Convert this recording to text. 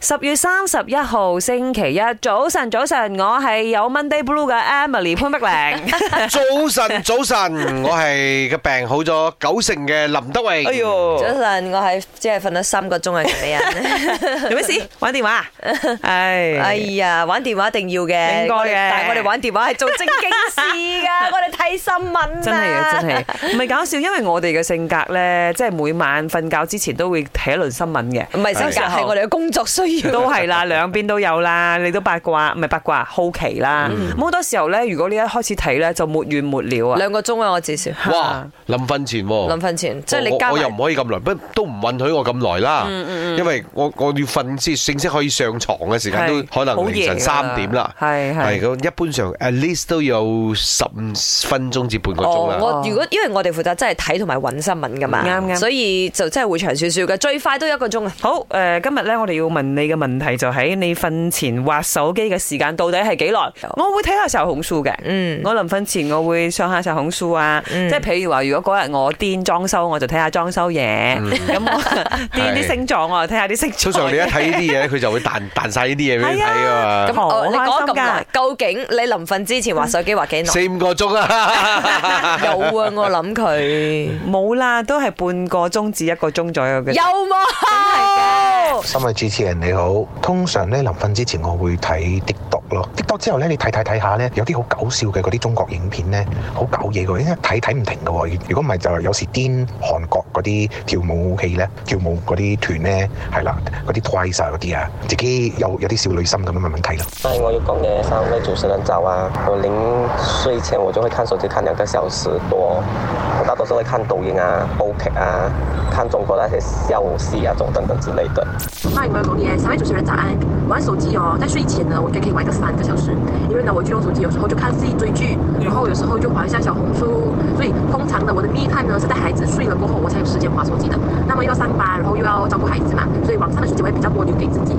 十月三十一號星期一，早晨早晨，我係有 Monday Blue 嘅 Emily 潘碧 玲。早晨，早晨，我係個病好咗九成嘅林德榮。哎呦，早晨，我係只係瞓咗三個鐘嘅咁人。 有咩事？玩電話啊？唉，哎呀，玩電話一定要嘅，應該嘅但係我哋玩電話係做正經 事噶，我哋睇新聞啊真係啊，真係唔係搞笑，因為我哋嘅性格咧，即係每晚瞓覺之前都會睇一輪新聞 嘅。唔係性格，係我哋嘅工作需要。哎都係啦，兩邊都有啦，你都八卦，唔係八卦，好奇啦。嗯咁好、多時候咧，如果你一開始睇咧，就沒完沒了啊。兩個鐘啊，我至少哦哇，臨瞓前喎，臨瞓前，即係你我加我又埋唔可以咁耐，不都唔允許我咁耐啦。因為我我要瞓先正式可以上床嘅時間都係可能凌晨好夜㗎三點啦。係係係咁，一般上 at least 都有十五分鐘至半個鐘哦，啦。我如果因為我哋負責真係睇同埋揾新聞噶嘛，啱嗯啱所以就真係會長少少嘅，最快都一個鐘啊。好，诶、今日咧，我哋要問你嘅問題就喺你瞓前滑手機嘅時間到底係幾耐？我會睇下小紅書嘅，嗯我臨瞓前我會上下小紅書啊，即係譬如話，如果嗰日我癲裝修，我就睇下裝修嘢，咁、我癲啲星座，我就睇下啲星座。通常你一睇呢啲嘢咧，佢就會彈彈晒呢啲嘢俾你睇啊嘛。咁我你好講開咁心耐㗎，究竟你臨瞓之前滑手機滑幾耐？四五個鐘啊！嗯 有啊，我諗佢冇啦，都係半個鐘至一個鐘左右嘅。有冇？三位主持人你好，通常咧臨瞓之前我會睇 TikTok 咯，TikTok 之後咧你睇睇睇下咧，有啲好搞笑嘅嗰啲中國影片咧，好搞嘢嘅，因為睇睇唔停嘅喎。如果唔係就有時癲韓國嗰啲跳舞戲咧，跳舞嗰啲團咧係啦，嗰啲 Twice 啊嗰啲啊，自己有有啲少女心咁樣慢慢睇咯。嗨，我有空耶，三位主持人早啊！我临睡前我就会看手机看两个小时多，我大多数会看抖音啊、OK 啊，看中国那些笑戏啊，种等等之类的。欢迎光临耶！三位主持人早安。玩手机哦，在睡前呢，我应该可以玩个三个小时，因为呢，我就用手机有时候就看自己追剧，然后有时候就划一下小红书，所以通常呢，我的密探呢是在孩子睡了过后，我才有时间划手机的。那么又要上班，然后又要照顾孩子嘛，所以晚上的时间会比较多留给自己。